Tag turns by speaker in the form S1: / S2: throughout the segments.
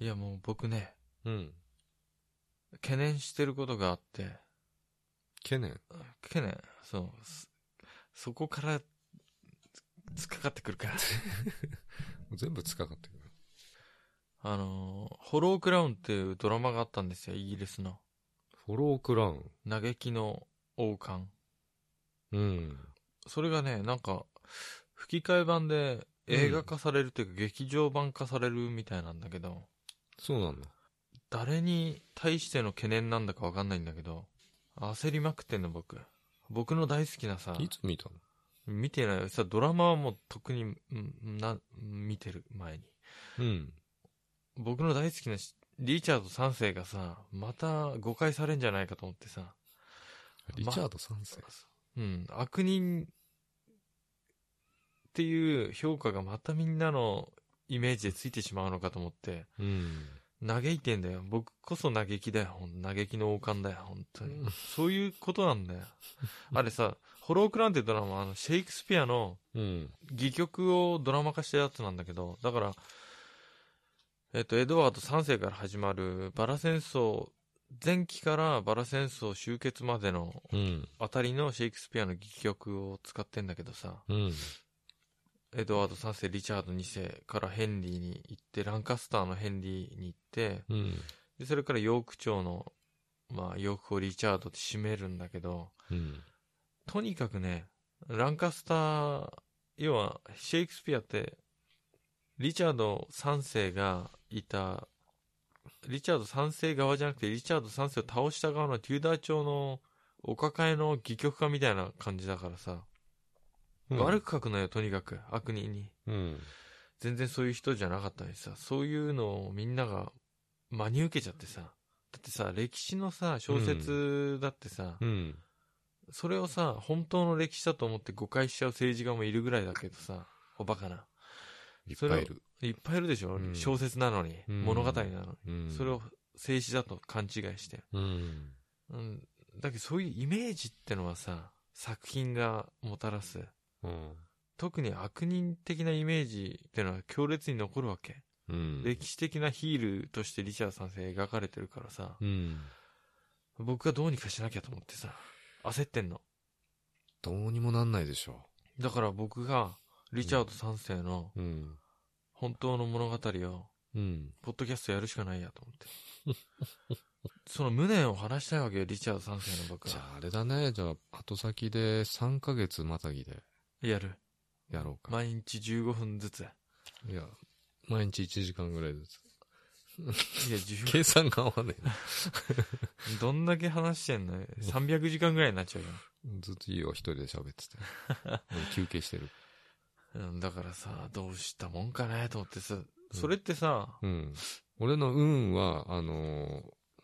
S1: いやもう僕ね、
S2: うん。
S1: 懸念してることがあって、
S2: 懸 念。
S1: 懸念、そう、すそこから、つっかかってくるから。
S2: 全部つかかってくる。
S1: あのー、ホロークラウンっていうドラマがあったんですよ、イギリスの。
S2: フォロークラウン。
S1: 嘆きの王冠。
S2: うん。
S1: それがね、なんか、吹き替え版で映画化されるというか、劇場版化されるみたいなんだけど、
S2: そうなんだ。
S1: 誰に対しての懸念なんだかわかんないんだけど、焦りまくってんの僕。僕の大好きなさ、
S2: いつ見たの
S1: 見てないよ。さ、ドラマはもう特に、うんな、見てる前に。
S2: うん。
S1: 僕の大好きなしリチャード3世がさ、また誤解されんじゃないかと思ってさ、
S2: リチャード3世。
S1: うん、悪人っていう評価がまたみんなのイメージでついてしまうのかと思って、
S2: うん。
S1: 嘆いてんだよ。僕こそ嘆きだよ。ほん嘆きの王冠だよ、本当に。そういうことなんだよ。あれさ、ホロークラウンってドラマ、あの、シェイクスピアの
S2: うん。
S1: 戯曲をドラマ化したやつなんだけど、だから、えっと、エドワード3世から始まるバラ戦争、前期からバラ戦争終結までの
S2: うん。
S1: あたりのシェイクスピアの戯曲を使ってんだけどさ、
S2: うん。
S1: エドワード3世、リチャード2世からヘンリーに行って、ランカスターのヘンリーに行って、
S2: うん。
S1: でそれからヨーク朝の、まあ、ヨークをリチャードって締めるんだけど、
S2: うん。
S1: とにかくね、ランカスター、要はシェイクスピアって、リチャード3世がいた、リチャード3世側じゃなくて、リチャード3世を倒した側のテューダー朝のお抱えの戯曲家みたいな感じだからさ、悪く書くのよ、とにかく、悪人に。
S2: うん。
S1: 全然そういう人じゃなかったのにさ、そういうのをみんなが真に受けちゃってさ、だってさ、歴史のさ、小説だってさ、
S2: うん。
S1: それをさ、本当の歴史だと思って誤解しちゃう政治家もいるぐらいだけどさ、おバカな。
S2: いっぱいいる。
S1: いっぱいいるでしょ、
S2: うん
S1: 小説なのに、
S2: うん
S1: 物語なの
S2: うん
S1: に。それを政治だと勘違いして。
S2: うん。
S1: うん、だけどそういうイメージってのはさ、作品がもたらす。
S2: うん。
S1: 特に悪人的なイメージってのは強烈に残るわけ。
S2: うん。
S1: 歴史的なヒールとしてリチャード3世描かれてるからさ、
S2: うん。
S1: 僕がどうにかしなきゃと思ってさ、焦ってんの。
S2: どうにもなんないでしょ
S1: だから僕が、リチャード3世の
S2: う。うん。
S1: 本当の物語を、
S2: うん。
S1: ポッドキャストやるしかないやと思って。 その無念を晴らしたいわけよ、リチャード3世の僕
S2: じゃ
S1: は。
S2: ああれだね。じゃあ、後先で3ヶ月またぎで
S1: やる。
S2: やろうか。
S1: 毎日15分ずつ。いや、
S2: いや、毎日1時間ぐらいずつ。
S1: 10
S2: 計算が合わねえな。
S1: どんだけ話してんの ?300 時間ぐらいになっちゃうよ。
S2: ずっといいよ、一人で喋ってて。もう休憩してる。
S1: うんだからさ、どうしたもんかねと思ってさ、それってさ、
S2: うん。俺の運は、あのー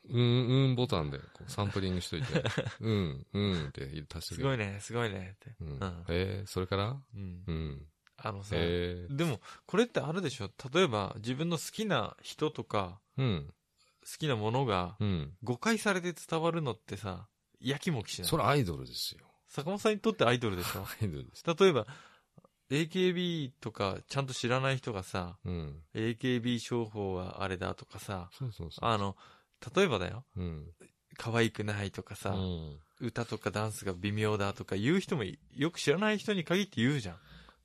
S2: うん、うんボタンで、こう、サンプリングしと いて、うん、うんって足して
S1: す
S2: くれ
S1: ご
S2: る。
S1: いね、すごいねって。
S2: うん
S1: うん
S2: えー、それから
S1: うん
S2: うん。
S1: あのさ、
S2: えー、
S1: でも、これってあるでしょ例えば、自分の好きな人とか、
S2: うん、
S1: 好きなものが、
S2: うん。
S1: 誤解されて伝わるのってさ、やきもきしない
S2: そ。れアイドルですよ。
S1: 坂本さんにとってアイドルでしょ
S2: アイドルです。
S1: 例えば、AKB とかちゃんと知らない人がさ、
S2: うん。
S1: AKB 商法はあれだとかさ、
S2: そうそうそう。
S1: あの、例えばだよ、
S2: うん。
S1: 可愛くないとか
S2: う
S1: さ、
S2: ん。
S1: 歌とかダンスが微妙だとか言う人もいよく知らない人に限って言うじゃん。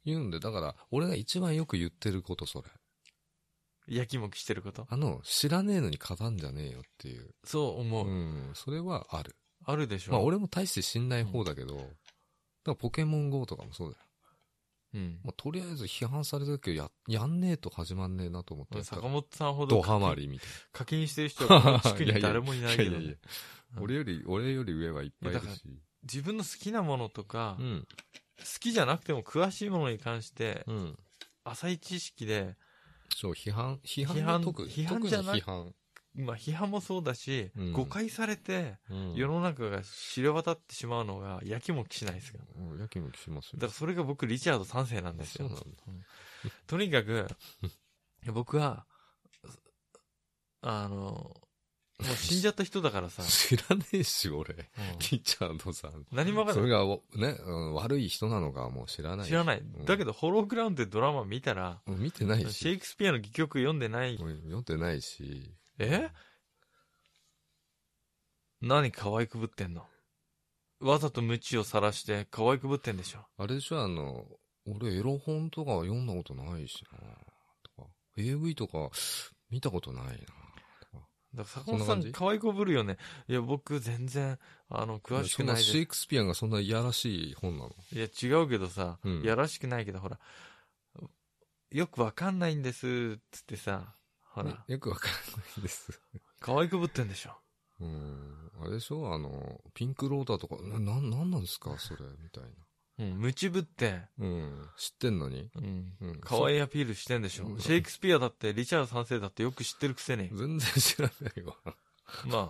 S2: 言うんで、だから、俺が一番よく言ってること、それ。
S1: やきもきしてること。
S2: あの、知らねえのに勝たんじゃねえよっていう。
S1: そう
S2: う
S1: 思う。
S2: ん。それはある。
S1: あるでしょ。
S2: まあ、俺も大して知んない方だけど、だからポケモン GO とかもそうだよ。
S1: うん。
S2: まあ、とりあえず批判されてるけど、や、やんねえと始まんねえなと思ってやった
S1: 坂本さんほど
S2: ドハマりみたい
S1: 課金してる人はこの 地区
S2: いや
S1: に
S2: いや
S1: 誰もいな
S2: な。
S1: いけど、うん
S2: 俺より、俺より上はいっぱいいる
S1: いやだ
S2: し。
S1: 自分の好きなものとか、
S2: う
S1: 好
S2: ん。
S1: きじゃなくても詳しいものに関して、
S2: うん。
S1: 浅い知識で、
S2: そう、批判、批
S1: 批
S2: 判
S1: 判
S2: の特
S1: 批判じゃない
S2: 特に批判。
S1: まあ批判もそうだし、
S2: うん
S1: 誤解されて、
S2: うん
S1: 世の中が知れ渡ってしまうのがやきもきしないですよ。
S2: うんやきもきしますよ。
S1: だからそれが僕、リチャード3世なんですよ
S2: そう。なんだ。
S1: とにかく、僕は、あの、もう死んじゃった人だからさ。
S2: 知らねえし、俺。
S1: うん
S2: リチャードさん。
S1: 何もわか
S2: そ
S1: ん
S2: れ
S1: な。
S2: が、おね、うん悪い人なのかもう知らないい。
S1: 知らない。だけ
S2: ど。
S1: ど、ホローグラウンドでドラマ見たら、
S2: うん見てない
S1: シェ
S2: し。
S1: イクスピアの戯曲読んでない。
S2: うん読んでないし。
S1: え何可愛くぶってんのわざと無知をさらして可愛くぶってんでしょ。
S2: あれでしょ、あの、俺エロ本とか読んだことないしな。とか、AV とか見たことないな。
S1: だから坂本さ
S2: そんな感
S1: ん
S2: じ
S1: 可愛くぶるよね。いや、僕全然、あの、詳しく
S2: そん
S1: な
S2: ない
S1: で
S2: シェ
S1: す
S2: イ。クスピアがそんないやらしい本なの。
S1: いや、違うけどさ、
S2: うん
S1: やらしくないけど、ほら、よくわかんないんです、つってさ、ほ
S2: ね
S1: ら、
S2: よくわかんないです。
S1: 可愛くぶってんでしょ。
S2: うん。あれでしょあの、ピンクローターとか、な、ななんなんですかそれ、みたいな。
S1: うん、無知ぶって、
S2: うん。知ってんのに
S1: うん、
S2: うん。
S1: 可愛いアピールしてんでしょ。
S2: うん
S1: シェイクスピアだって、リチャード三世だってよく知ってるくせに
S2: そ。全然知らな いわ。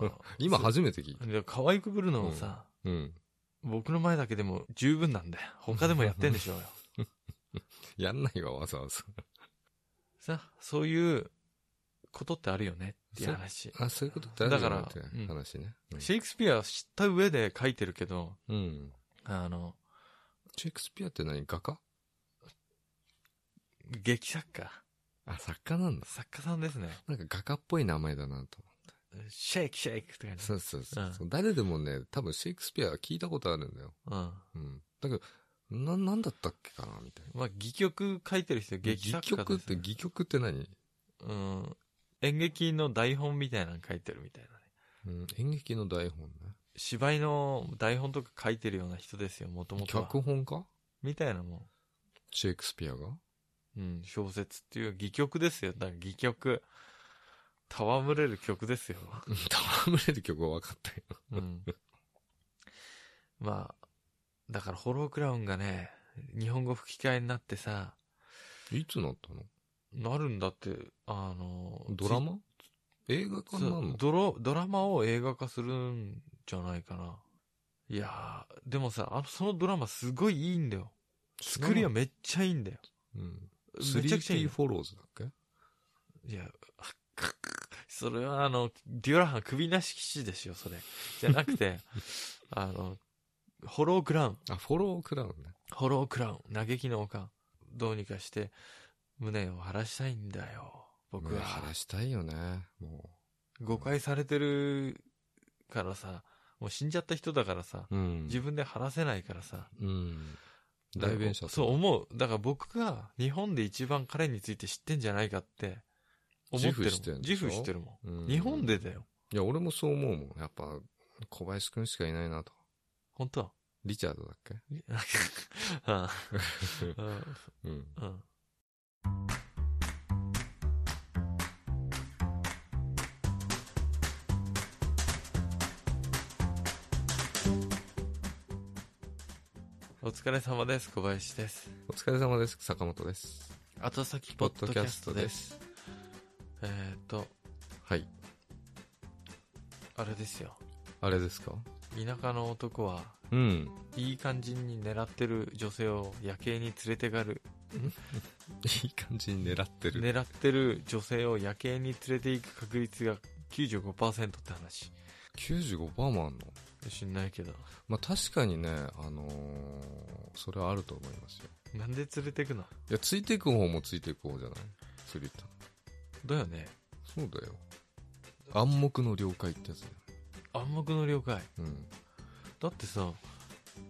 S1: まあ、
S2: 今初めて聞いた。
S1: いや可愛くぶるのもさ、
S2: うん。
S1: 僕の前だけでも十分なんだよ。他でもやってんでしょうよ。
S2: やんないわ、わざわざ。
S1: さ、そういうことってあるよねっていう話。
S2: あ、そういうことってあるよね
S1: だから
S2: って
S1: うん
S2: 話ね。うん
S1: シェイクスピア知った上で書いてるけど、
S2: うん。
S1: あの、
S2: シェイクスピアって何画家
S1: 劇作家、
S2: あ、作家なんだ。
S1: 作家さんですね。
S2: なんか画家っぽい名前だなと。
S1: シェイクシェイクって感じ。
S2: そうそうそうそう。誰でもね、多分シェイクスピア聞いたことあるんだよ。
S1: うん。
S2: うん。だけど、な、なんだったっけかなみたいな。
S1: まあ、戯曲書いてる人、劇作家
S2: 戯曲
S1: で
S2: っ
S1: す、ね。
S2: て、戯曲って何
S1: うん。演劇の台本みたいなの書いてるみたいなね。
S2: うん、演劇の台本ね。
S1: 芝居の台本とか書いてるような人ですよ、もともとは。
S2: 脚本か
S1: みたいなも
S2: シェイクスピアが
S1: ん。うん、小説っていう戯曲ですよ。だから戯曲。戯れる曲ですよ。
S2: 戯れる曲は分かったよ。
S1: うん。まあ、だからホロークラウンがね、日本語吹き替えになってさ、
S2: いつなったの
S1: なるんだって、あの、
S2: ドラマ映画化
S1: そ
S2: になる
S1: う
S2: の
S1: ドロドラマを映画化するんじゃないかな。いやー、でもさ、あの、そのドラマすごいいいんだよ。作りはめっちゃいいんだよ。
S2: うん。
S1: めちゃくちゃいい
S2: 3P
S1: よ。
S2: フォローズだっけ
S1: いや、 それはあの、デュラハン首なし騎士ですよ、それ。じゃなくて、 あの、ホロークラウン。
S2: あ、フォロークラウンね。
S1: ホロークラウン、嘆きの王冠。どうにかして、胸を晴らしたいんだよ。僕
S2: ね
S1: は。
S2: 話したいよね。も
S1: 誤解されてるからさ、もう死んじゃった人だからさ、
S2: う。うん。
S1: 自分で晴らせないからさ。
S2: うん。代弁者
S1: そう
S2: う。
S1: 思う。だから僕が日本で一番彼について知ってんじゃないかって、思ってるもん。
S2: 自負してんでし
S1: 自
S2: ょ
S1: 負してるも。
S2: うんん
S1: 日本でだよ。
S2: いや、俺もそう思うもん。やっぱ、小林くんしかいないなと。
S1: 本 当は。
S2: リチャードだっけ
S1: ああうん
S2: うん。
S1: うんお疲れ様です小林です
S2: お疲れ様です。坂本です。
S1: 後先ポッドキャストです
S2: す。
S1: えーっと
S2: はい。
S1: あれですよ
S2: あれですか
S1: 田舎の男は
S2: うん。
S1: いい感じに狙ってる女性を夜景に連れてがる
S2: いい感じに狙ってる。
S1: 狙ってる女性を夜景に連れて行く確率が95%って話
S2: 95%もあんの
S1: 知んないけど
S2: まあ、確かにね、あのーそれはあると思いますよ。
S1: なんで連れてくの
S2: いや、ついていく方もついていく方じゃない釣りって。
S1: だよね
S2: そうだよ。暗黙の了解ってやつだよ。
S1: 暗黙の了解
S2: うん。
S1: だってさ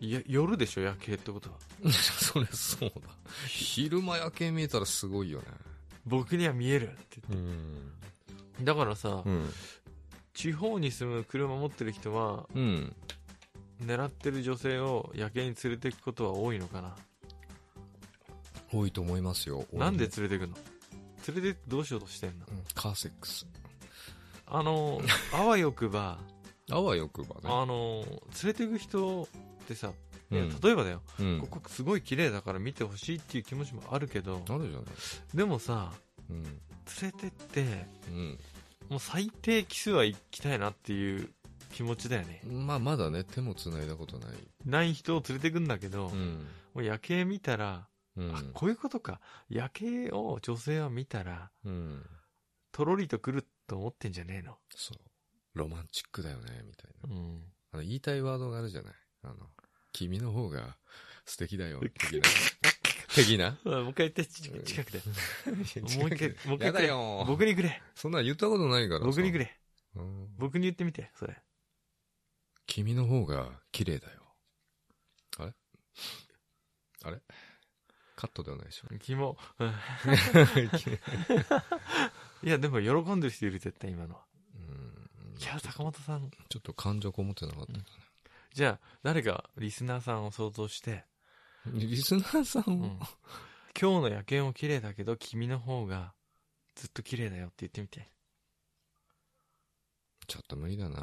S1: いや夜でしょ夜景ってことは
S2: それそうだ。昼間夜景見えたらすごいよね。
S1: 僕には見えるって
S2: うん。
S1: だからさ、
S2: うん。
S1: 地方に住む車持ってる人は
S2: うん。
S1: 狙ってる女性を夜景に連れてくことは多いのかな
S2: 多いと思いますよ。
S1: なんで
S2: 俺も
S1: 連れてくの連れてってどうしようとしてんの
S2: うんカーセックス。
S1: あ のあわよくば
S2: あわよくばね。
S1: あの連れてく人ってさ、いや
S2: うん
S1: 例えばだよ、
S2: うん。
S1: ここすごい綺麗だから見てほしいっていう気持ちもあるけど
S2: あるじゃない。
S1: でもさ
S2: うん。
S1: 連れてって
S2: うん。
S1: もう最低奇数は行きたいなっていう気持ちだよね。
S2: まあ、まだね、手も繋いだことない。
S1: ない人を連れてくんだけど、
S2: う
S1: も
S2: ん。
S1: う夜景見たら、
S2: う
S1: あ
S2: ん、。
S1: こういうことか。夜景を女性は見たら、
S2: うん。
S1: とろりと来ると思ってんじゃねえの。
S2: そう。ロマンチックだよね、みたいな。
S1: うん。
S2: あの、言いたいワードがあるじゃない。あの、君の方が素 敵だよ、的な。的な
S1: あもう一回言って、ち近くで。もう一回、もう一回
S2: や
S1: く
S2: だ
S1: れ。
S2: よ。
S1: 僕にくれ。
S2: そんなん言ったことないからさ。
S1: 僕にくれ。
S2: うん
S1: 僕に言ってみて、それ。
S2: 君の方が綺麗だよ。あれあれカットではないでしょ。
S1: キモ。うん いや、でも喜んでる人いる、絶対今のは。
S2: うん
S1: いや、坂本さん。
S2: ちょっと感情こもってなかったか
S1: じゃあ、誰かリスナーさんを想像して、
S2: な。リスナーさん
S1: う
S2: を
S1: ん、今日の夜景も綺麗だけど、君の方がずっと綺麗だよって言ってみて。
S2: ちょっと無理だな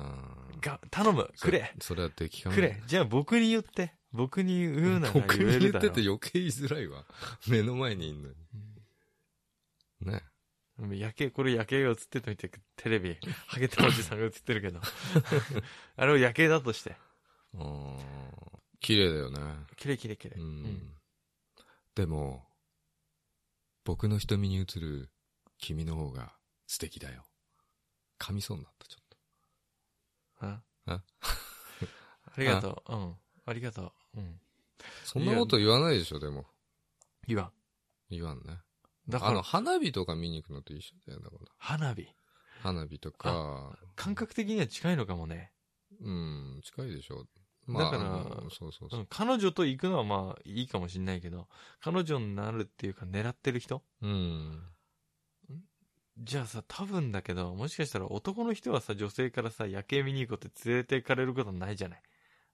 S1: が、頼む、くれ、
S2: そそれはできか
S1: くれ。じゃあ僕に言って。僕に言うなら
S2: 僕
S1: 言え
S2: に言
S1: る
S2: っ
S1: だ
S2: て
S1: ろ
S2: て余計言いづらいわ。目の前にいんのに。ね。
S1: うん夜景、これ夜景が映ってたみたいテレビ、ハゲたおじさんが映ってる けど。あれを夜景だとして。
S2: あー綺麗だよね。
S1: 綺麗綺麗綺麗。
S2: う
S1: うん
S2: ん。でも、僕の瞳に映る君の方が素敵だよ。噛みそうになった、ちょっと。
S1: あ
S2: あ
S1: ありがとう。うん。ありがとう。うん。
S2: そんなこと言わないでしょ、でも。
S1: 言わん。
S2: 言わんね。
S1: だか
S2: あの、
S1: ら、
S2: 花火とか見に行くのと一緒だよ、だから。
S1: 花火。
S2: 花火とか、
S1: 感覚的には近いのかもね。
S2: うん、近いでしょ。まあ、
S1: だから
S2: あのそうそう
S1: う
S2: そう。
S1: ん。彼女と行くのはまあいいかもしんないけど、彼女になるっていうか狙ってる人
S2: うん。
S1: じゃあさ、多分だけど、もしかしたら男の人はさ、女性からさ、夜景見に行こうって連れて行かれることないじゃない。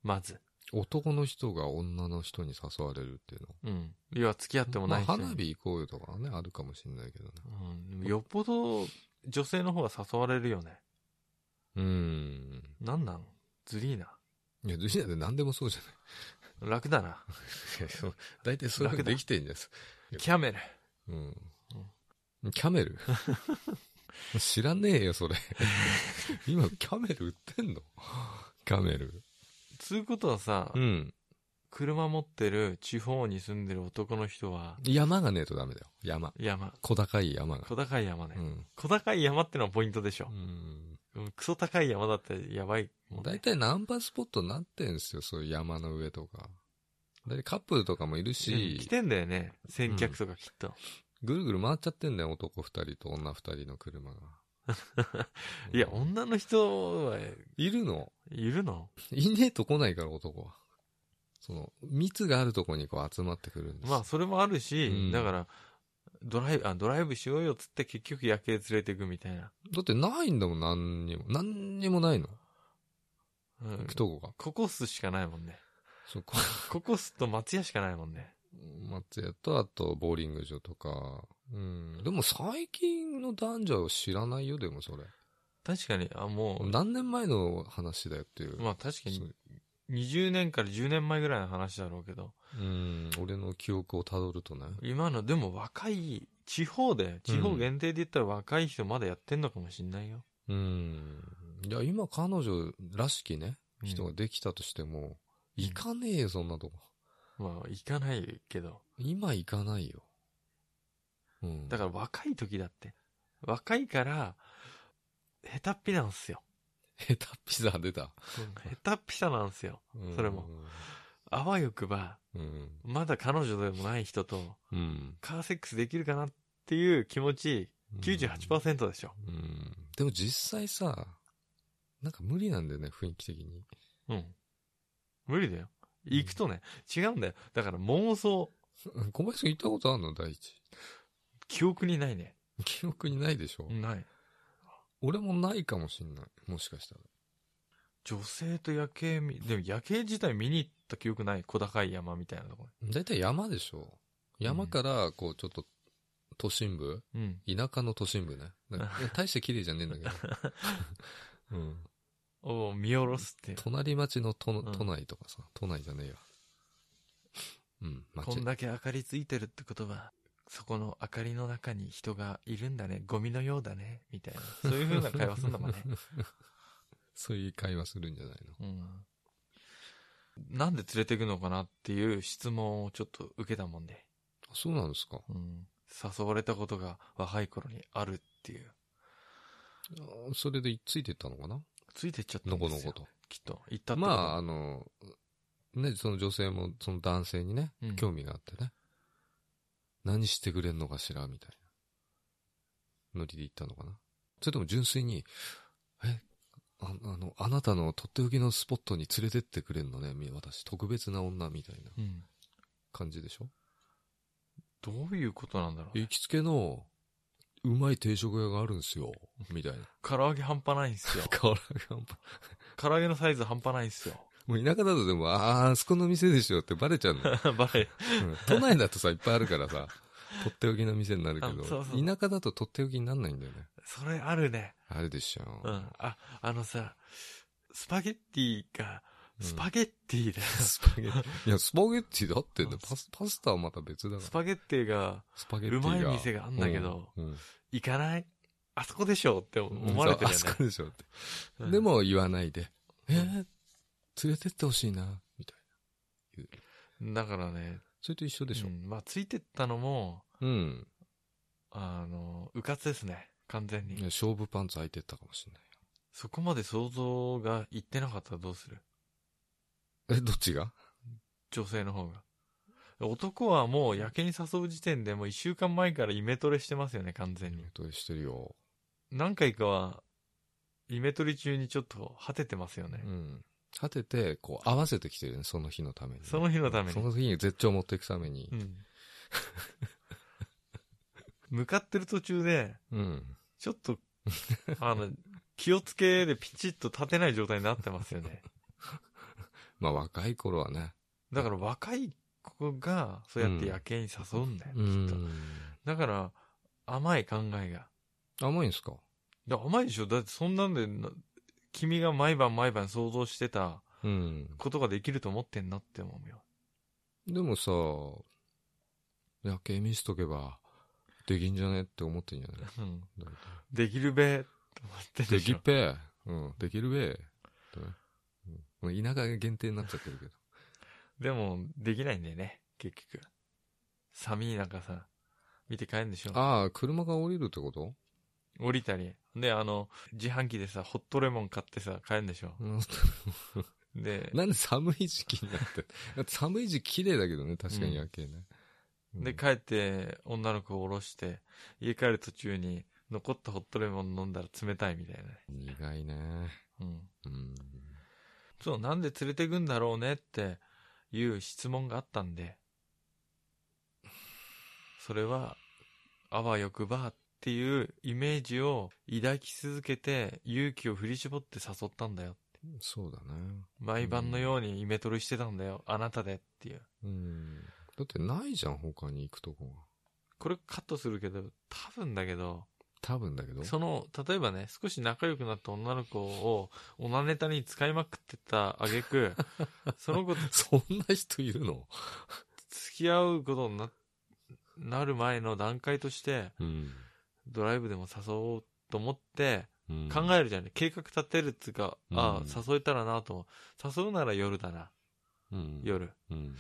S1: まず。
S2: 男の人が女の人に誘われるっていう
S1: うん。要は付き合って
S2: の。
S1: もな
S2: まあ、
S1: い人に
S2: 花火行こうよとかはね、あるかもしれないけどね。
S1: うん。でもよっぽど女性の方が誘われるよね。
S2: うん。
S1: なんなんずりーな。
S2: いや、ジュニアで何でもそうじゃない。
S1: 楽だな。
S2: いやそう 大体それができてんじゃないですか。
S1: キャメル。
S2: うん。キャメル 知らねえよ、それ。 今、キャメル売ってんのキャメル。
S1: つうことはさ、
S2: うん。
S1: 車持ってる地方に住んでる男の人は、
S2: 山がねえとダメだよ。山。
S1: 山。
S2: 小高い山が。
S1: 小高い山ね
S2: う。ん。
S1: 小高い山ってのはポイントでしょ
S2: う。ん。
S1: うんクソ高い山だってやばいもんね。
S2: 大体ナンバースポットになってんすよ、そういう山の上とか。大体カップルとかもいる
S1: うん来
S2: し、
S1: てんだよね。先客とかきっと。。
S2: ぐるぐる回っちゃってんだよ、男二人と女二人の車が
S1: いや、女の人は、
S2: いるの
S1: いるの
S2: いねえと来ないから、男は。その、密があるとこにこう集まってくるんです。
S1: まあ、それもあるし、
S2: うん
S1: だから、ドライブ、あ、ドライブしようよっつって結局夜景連れてくみたいな。
S2: だってないんだもん、何にも。何にもないの。
S1: うん
S2: 行くとこが。
S1: ココスしかないもんね。
S2: そこ。
S1: ココスと松屋しかないもんね。
S2: 松屋と、あと、ボーリング場とか。うん。でも最近の男女は知らないよ、でもそれ。
S1: 確かに、あ、も
S2: 何年前の話だよっていう。
S1: う、まあ確か
S2: そ
S1: に
S2: う、
S1: 20年から10年前ぐらいの話だろうけど、
S2: うん、俺の記憶をたどるとね。
S1: 今の、でも若い、地方で、地方限定で言ったら若い人まだやってんのかもしんないよ。
S2: うん。いや、今彼女らしきね、
S1: うん
S2: 人ができたとしても、
S1: うん
S2: 行かねえよ、そんなとこ。
S1: まあ、行かないけど。
S2: 今行かないよ。うん。
S1: だから若い時だって。若いから、下手っぴなんすよ。
S2: ヘタピザ出た。
S1: 下手っぴさなんすよ。
S2: うん
S1: それも。あわよくば、
S2: うん。
S1: まだ彼女でもない人と、
S2: うん。
S1: カーセックスできるかなっていう気持ち、98%でしょ。
S2: うん。でも実際さ、なんか無理なんだよね、雰囲気的に。
S1: うん。無理だよ。行くとね、違うんだよ。だから妄想、
S2: うん小林君行ったことあるの第一。
S1: 記憶にないね。
S2: 記憶にないでしょ、
S1: ない。
S2: 俺もないかもしんない。もしかしたら。
S1: 女性と夜景見、でも夜景自体見に行った記憶ない。小高い山みたいなとこ
S2: だいたい山でしょ山から、こう、ちょっと、都心部
S1: ろ。うん。
S2: 田舎の都心 部ね。なんかいや大して綺麗じゃねえんだけど。 うん。
S1: を見下ろすっていう。
S2: 隣町の都,、
S1: ん
S2: 都内とかさ、都内じゃねえよ。 うん、
S1: こ
S2: 町。
S1: んだけ明かりついてるってことは、そこの明かりの中に人がいるんだね。ゴミのようだね。みたいな。そういう風な会話すんだ もんね。
S2: そういう会話するんじゃないの
S1: うん。なんで連れてくのかなっていう質問をちょっと受けたもんで。
S2: あそうなんですか。
S1: うん。誘われたことが若い頃にあるっていう。
S2: あそれでついてったのかな
S1: ついてっちゃった
S2: の
S1: ん
S2: こ
S1: で
S2: の
S1: す
S2: こ
S1: よ。
S2: と。
S1: きっと。行ったってこと
S2: まあ、あの、ね、その女性も、その男性にね、
S1: うん
S2: 興味があってね、何してくれんのかしら、みたいな。ノリで行ったのかな。それとも純粋に、え、ああの、あなたのとっておきのスポットに連れてってくれんのね、み私、特別な女みたいな
S1: うん。
S2: 感じでしょ
S1: どういうことなんだろうね。
S2: 行きつけの、うまい定食屋があるんですよ、みたいな。
S1: 唐揚げ半端ないんす よ。
S2: 変わらん
S1: 唐揚げのサイズ半端ないん すよ。
S2: もう田舎だとでも、あーあそこの店でしょってバレちゃうの。
S1: バレ。
S2: うん都内だとさ、いっぱいあるからさ、とっておきの店になるけど、
S1: あそうそう
S2: 田舎だととっておきになんないんだよね。
S1: それあるね。
S2: あれでしょ。
S1: うん。あ、あのさ、スパゲッティが、
S2: うん
S1: スパゲッティ だよ。
S2: スパゲッティ。いや、スパゲッティだってね
S1: うん、
S2: パス、パスタはまた別だから。
S1: スパゲッティが、
S2: スパゲッテ
S1: う
S2: ィが。
S1: まい店があんだけど、
S2: うん。
S1: 行かないあそこでしょって
S2: うん
S1: 思われてるよね
S2: そうあそこでしょって。
S1: うん。
S2: でも言わないで。
S1: ん
S2: えー連れてってほしいな、みたいな。
S1: だからね、
S2: それと一緒でしょ
S1: う。んまあ、ついてったのも、
S2: うん。
S1: あの、うかつですね。完全
S2: いや
S1: に。
S2: 勝負パンツ履いてったかもしれない。
S1: そこまで想像がいってなかったらどうする
S2: え、どっちが
S1: 女性の方が。男はもう、やけに誘う時点でもう一週間前からイメトレしてますよね、完全に。
S2: トレしてるよ。
S1: 何回かは、イメトレ中にちょっと果ててますよね
S2: う。ん。果てて、こう、合わせてきてるね、その日のためにね。
S1: その日のために
S2: その日に絶頂を持っていくために
S1: う。ん。向かってる途中で、
S2: うん。
S1: ちょっ と、あの、気をつけでピチッと立てない状態になってますよね。
S2: まあ、若い頃はね。
S1: だから若い子が、そうやって夜景に誘うんだよ、
S2: う
S1: きっと。
S2: ん。
S1: だから、甘い考えが。
S2: 甘いんすか
S1: だから甘いでしょだってそんなんでな、君が毎晩毎晩想像してた
S2: うん。
S1: ことができると思ってんなって思うよ。
S2: でもさ、夜景見しとけば、できんじゃねって思ってんじゃない
S1: うん。できるべ、と思ってる
S2: で
S1: でし
S2: き
S1: ょ
S2: っ。ぺうん、できるべだねうんもう田舎限定になっちゃってるけど。
S1: でも、できないんだよね、結局。寒い中さ、見て帰るんでしょ
S2: ああ、車が降りるって こと
S1: 降りたり。で、あの、自販機でさ、ホットレモン買ってさ、帰るんでしょ
S2: うん
S1: で、
S2: なんで寒い時期になって。だって寒い時期綺麗だけどね、確かに夜景ね。うん
S1: で、帰って、女の子を降ろして、家帰る途中に、残ったホットレモン飲んだら冷たいみたいなね。
S2: 苦いね。
S1: うん。
S2: うん。
S1: そう、なんで連れてくんだろうねっていう質問があったんで、それは、あわよくばっていうイメージを抱き続けて、勇気を振り絞って誘ったんだよ。
S2: そうだね。
S1: 毎晩のようにイメトレしてたんだよ。あなたでっていう。
S2: うん。だってないじゃん、他に行くとこが。
S1: これカットするけど、多分だけど、
S2: 多分だけど。
S1: その、例えばね、少し仲良くなった女の子を、オナネタに使いまくってた挙句その子と
S2: そんな人いるの
S1: 付き合うことにな、なる前の段階として、
S2: うん。
S1: ドライブでも誘おうと思って、
S2: うん
S1: 考えるじゃん、ね計画立てるっつうか、ああ
S2: うん、
S1: 誘えたらなと思う。誘うなら夜だな、
S2: うん。
S1: 夜。
S2: うん。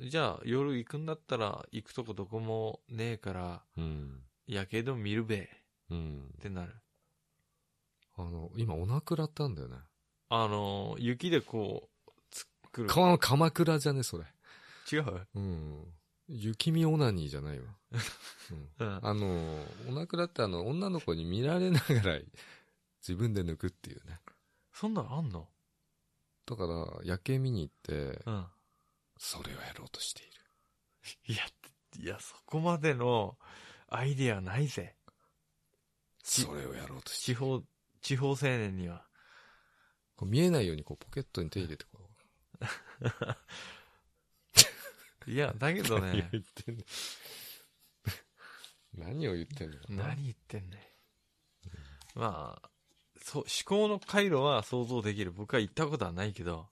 S1: じゃあ、夜行くんだったら、行くとこどこもねえから、
S2: うん。
S1: 夜景でも見るべ、っ
S2: うん。
S1: てなる。
S2: あの、今、おなくらったんだよね。
S1: あのー、雪でこう、作る。
S2: か、鎌倉じゃね、それ。
S1: 違う
S2: うん。雪見オナニーじゃないわ。うん。
S1: うん。
S2: あの、おなくらってあの、女の子に見られながら、自分で抜くっていうね。
S1: そんなのあんの
S2: だから、夜景見に行って、
S1: うん。
S2: それをやろうとしている。
S1: いや、いや、そこまでのアイディアないぜ。
S2: それをやろうとしている。
S1: 地方、地方青年には。
S2: こう見えないようにこうポケットに手入れてこう。
S1: いや、だけどね、
S2: 言ってんの 何を言ってんのかな
S1: 何言ってんねん。まあ、そう、思考の回路は想像できる。僕は行ったことはないけど。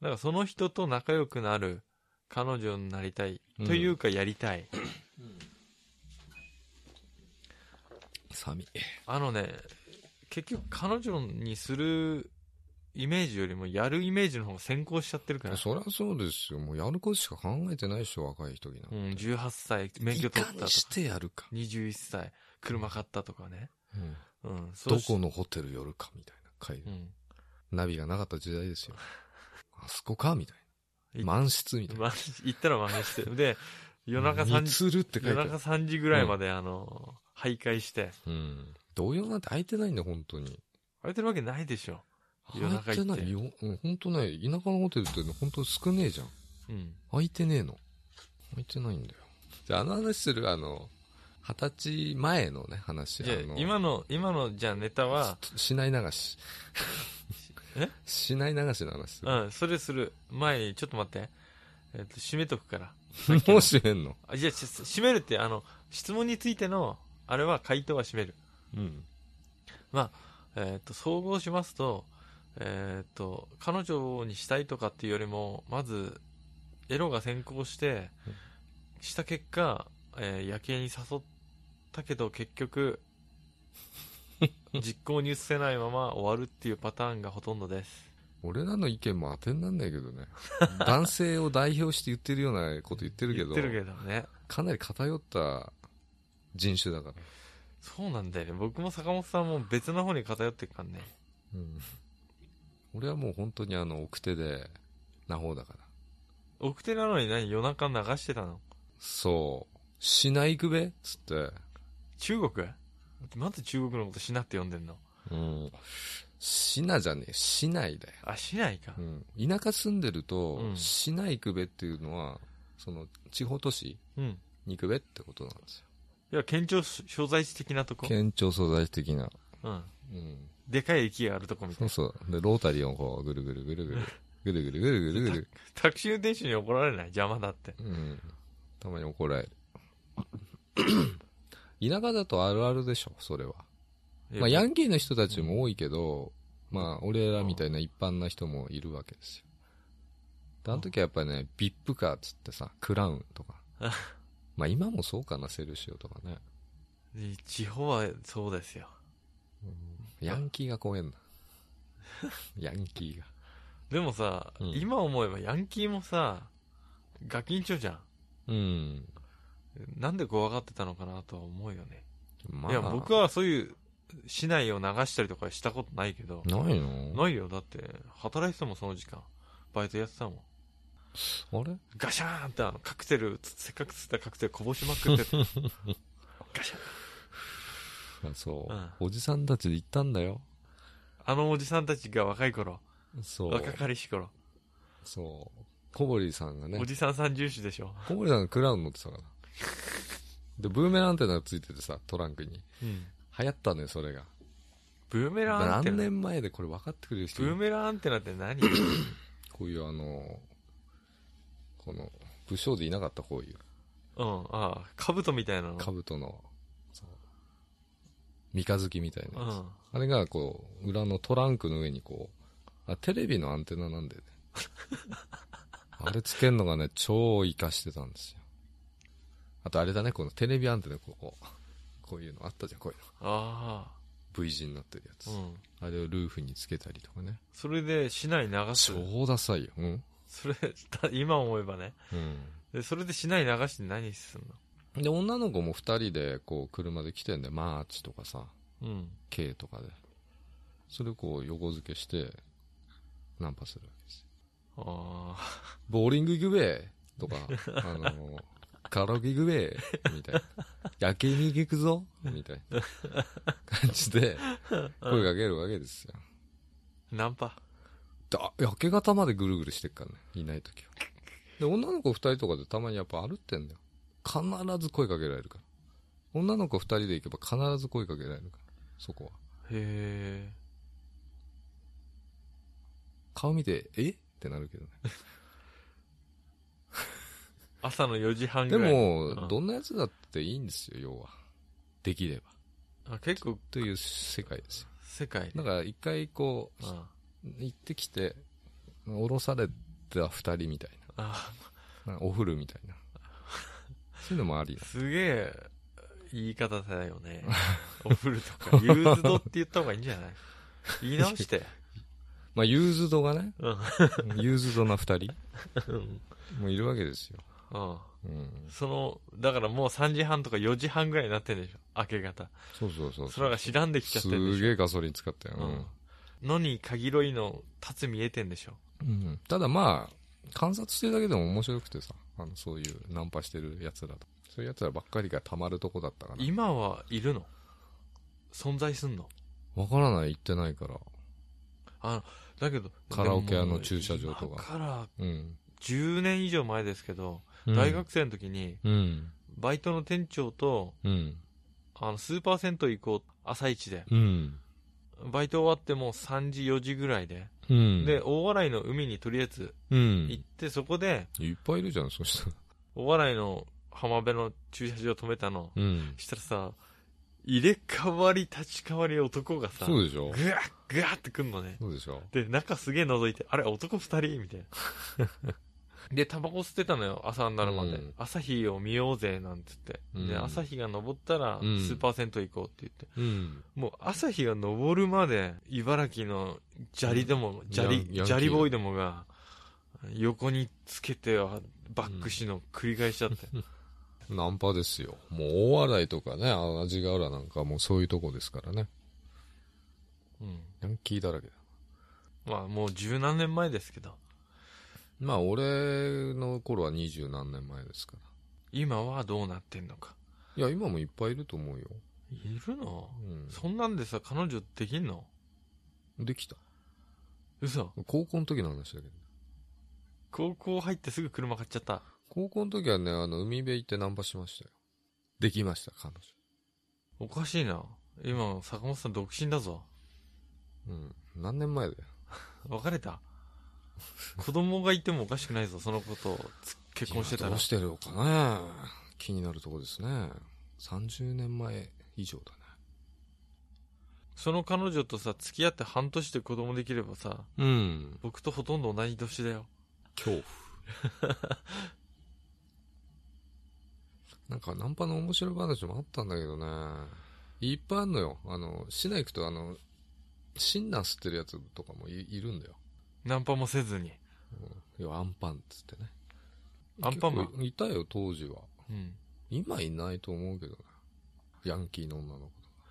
S1: だからその人と仲良くなる彼女になりたい。というかやりたい。
S2: 寒い。
S1: あのね、結局彼女にするイメージよりもやるイメージの方が先行しちゃってるから。
S2: そりゃそうですよ。もうやることしか考えてないでしょ、若い人にな。
S1: うん、18歳、免許取ったと
S2: いか
S1: か
S2: に、してやるか。
S1: 21歳、車買ったとかね。
S2: うん
S1: うん、そ
S2: ど
S1: うし
S2: このホテル寄るかみたいな。回
S1: う
S2: で。
S1: ん。
S2: ナビがなかった時代ですよ。あそこかみたいな。
S1: い
S2: 満室みたいな。
S1: まあ、行ったら真似して。で、夜中3
S2: ミ
S1: 時、
S2: ツルって書い
S1: 夜
S2: てある
S1: 中。3時ぐらいまで、あの、徘徊して。
S2: うん。同様なんて空いてないんだよ、本当に。
S1: 空いてるわけないでしょ。夜
S2: 空
S1: 中行って
S2: いてないよ。うん、本当ね、田舎のホテルって本当少ねえじゃん。
S1: うん。
S2: 空いてねえの。空いてないんだよ。じゃあ、あの話する、あの、二十歳前のね、話。
S1: じゃあ
S2: あの
S1: 今の、今の、じゃあネタは、
S2: ちょっとしない流し。
S1: え
S2: しない流しの話する。
S1: うん、それする前に、ちょっと待って。えっと、締めとく から。
S2: もう閉めんの。
S1: あ、じゃあ、し締めるって、あの、質問についての、あれは回答は締める。
S2: うん。
S1: えっと、総合しますと、えっと、彼女にしたいとかっていうよりも、まず、エロが先行して
S2: うん、
S1: した結果、えー夜景に誘ったけど、結局、実行に移せないまま終わるっていうパターンがほとんどです。
S2: 俺らの意見も当てになんないけどね。男性を代表して言ってるようなこと言ってるけ
S1: 言
S2: ど、
S1: ってるけどね。
S2: かなり偏った人種だから。
S1: そうなんだよね。僕も坂本さんも別の方に偏ってっからね。
S2: うん。俺はもう本当にあの、奥手で、な方だから。
S1: 奥手なのに何夜中流してたの
S2: そう。しないくべつって。
S1: 中国まず中国のことしなって呼んでんの
S2: うん。しなじゃねえ、しないだよ。
S1: あ、しないか。
S2: うん。田舎住んでると、
S1: うん
S2: しないくべっていうのは、その、地方都市
S1: うん。
S2: にくべってことなんですよ。
S1: いや、県庁所在地的なとこ。
S2: 県庁所在地的な。
S1: うん。
S2: うん。
S1: でかい駅があるとこみた
S2: そ
S1: いう
S2: そう。で、ロータリーをこう、ぐるぐるぐるぐる。ぐるぐるぐるぐるぐる。
S1: な。タクシー運転手に怒られない邪魔だって。
S2: うん。たまに怒られる。 田舎だとあるあるでしょ、それは。まあ、ヤンキーの人たちも多いけど、まあ、俺らみたいな一般な人もいるわけですよ。であの時はやっぱりね、ビップカーっつってさ、クラウン とか
S1: あ。
S2: まあ、今もそうかな、セルシオとかね。
S1: 地方はそうですよ。
S2: ヤンキーが怖えん だ。ヤンキーが。
S1: でもさ、
S2: うん
S1: 今思えばヤンキーもさ、ガキンチョじゃん。
S2: うん。
S1: なんで怖がってたのかなとは思うよね。
S2: ま
S1: いや、僕はそういう、市内を流したりとかしたことないけど。
S2: ないの
S1: ないよ。だって、働いてたもん、その時間。バイトやってたもん。
S2: あれ
S1: ガシャーンってあのカクテル、せっかくつったカクテルこぼしまくって たガシャーン。
S2: あそう、
S1: うん
S2: おじさんたちで行ったんだよ。
S1: あのおじさんたちが若い頃、
S2: そう
S1: 若。かりし頃、
S2: そう。小堀さんがね
S1: お、じさん三重視でしょ。
S2: 小堀さんがクラウン乗ってたから。で、ブーメランアンテナがついててさ、トランクに。流行ったのよ、それが。
S1: ブーメランアンテ
S2: 何
S1: ナ。
S2: 年前でこれ分かってくれる人
S1: ブ
S2: い
S1: ー
S2: る
S1: メランアンテナって何
S2: こういうあの、この、武将でいなかったこういう、
S1: うん、ああ、兜みたいなの。
S2: 兜の、そう三日月みたいな
S1: う
S2: やつ。
S1: ん。
S2: あれがこう、裏のトランクの上にこう、あ、テレビのアンテナな んだよね。あれつけんのがね、超活かしてたんですよ。あとあれだね、このテレビアンテナ、こう、こうこういうのあったじゃん、こういう
S1: あ
S2: の。V 字になってるやつ。
S1: あ、うん。
S2: あれをルーフにつけたりとかね。
S1: それで市内流す。
S2: 超ダサいよ。うん。
S1: それ、だ今思えばね。
S2: う
S1: で、それで市内流して何すん
S2: ん。で、女の子も二人で、こう、車で来てんで、マーチとかさ、
S1: のうん。
S2: K とかで。それをこう、横付けして、ナンパするわけですよ。
S1: ああ。
S2: ボーリング行くべと か、あの、カラオケ行くべみたいな。夜景に行くぞみたいな感じで、声かけるわけですよ。
S1: ナンパ。
S2: だ明け方までぐるぐるしてっからね、いない時は。で、女の子二人とかでたまにやっぱ歩ってんだよ。必ず声かけられるから。女の子二人で行けば必ず声かけられるから。そこは。
S1: へえ。
S2: 顔見て、えってなるけどね。
S1: 朝の4時半
S2: で
S1: ぐらい。
S2: も、
S1: ん
S2: どんなやつだっていいんですよ、要は。できれば。
S1: あ結構、
S2: という世界ですよ。
S1: 世界で。
S2: だから一回こう、
S1: あ
S2: 行ってきて、降ろされた二人みたい
S1: あ
S2: な。なんかお風呂みたいな。 そういうのもあり。
S1: すげえ、言い方だよ ね。おふるとか、ユーズドって言った方がいいんじゃない言い直して。
S2: まあ、ユーズドがね、
S1: うん。
S2: ユーズドな二人もいるわけですよ。
S1: うん。
S2: うん。
S1: その、だからもう3時半とか4時半ぐらいになってんでしょ明け方。
S2: そうそうそうそう。
S1: 空が白んできちゃってんでしょ
S2: すげえガソリン使ったよ。
S1: うんのに限ろいの立つ見えてんでしょ。
S2: うん。ただまあ、観察してるだけでも面白くてさ、あの、そういうナンパしてる奴らと。そういう奴らばっかりが溜まるとこだったから。
S1: 今はいるの存在すんの
S2: わからない、行ってないから。
S1: あの、だけど、
S2: カラオケ屋の
S1: でも
S2: 駐車場とか
S1: 今から
S2: うん。
S1: 10年以上前ですけど、大学生の時に、
S2: うん。
S1: バイトの店長と、
S2: うん。
S1: あの、スーパー銭湯行こう、朝一で。
S2: うん。
S1: バイト終わってもう3時、4時ぐらいで。
S2: うん。
S1: で、、大洗の海にとりあえず
S2: うん。
S1: 行って、そこで、
S2: いっぱいいるじゃん、そしたら。
S1: 大洗の浜辺の駐車場止めたの。
S2: うん。
S1: したらさ、入れ替わり立ち替わり男がさ、
S2: そうでし
S1: ぐ
S2: ょ
S1: わッぐわッってくんのね。
S2: そうでしょ
S1: で、中すげえ覗いて、あれ、男二人みたいな。 で、タバコ吸ってたのよ、朝になるまで。
S2: うん
S1: 朝日を見ようぜ、なんつって。で、
S2: うん
S1: 朝日が昇ったら、
S2: うん
S1: スーパー銭湯行こうって言って。
S2: うん。
S1: もう、朝日が昇るまで、茨城の砂利でも、
S2: ん
S1: 砂利、
S2: ヤンヤンキー
S1: 砂利ボーイどもが、横につけては、バックしの繰り返しちゃ って。
S2: ナンパですよ。もう大洗とかね、あの味が浦なんかもうそういうとこですからね。
S1: うん。
S2: ヤンキーだらけだ。
S1: まあ、もう十何年前ですけど、
S2: まあ、俺の頃は二十何年前ですから。
S1: 今はどうなってんのか。
S2: いや、今もいっぱいいると思うよ。
S1: いるの
S2: うん。
S1: そんなんでさ、彼女できんの
S2: できた。
S1: 嘘
S2: 高校の時の話だけどね。
S1: 高校入ってすぐ車買っちゃった。
S2: 高校の時はね、あの、海辺行ってナンパしましたよ。できました、彼
S1: おかしいな。今、坂本さん独身だぞ。
S2: 女。うん。何年前だよ。
S1: 別れ た子供がいてもおかしくないぞ、そのことをつ結婚してた
S2: 今ど
S1: ら
S2: う。してるのかね。気になるとこですね。30年前以上だね。
S1: その彼女とさ、付き合って半年で子供できればさ、
S2: うん。
S1: 僕とほとんど同じ年だよ。
S2: 恐怖。 なんかナンパの面白い話もあったんだけどね。いっぱいあんのよ。あの、市内行くとあの、シンナー吸ってるやつとかもいいるんだよ。
S1: ナンパもせずに。
S2: うん要はアンパンっつってね。
S1: アンパンマン
S2: 結構いたよ、当時は。
S1: うん。
S2: 今いないと思うけどね。ヤンキーの女の子とか。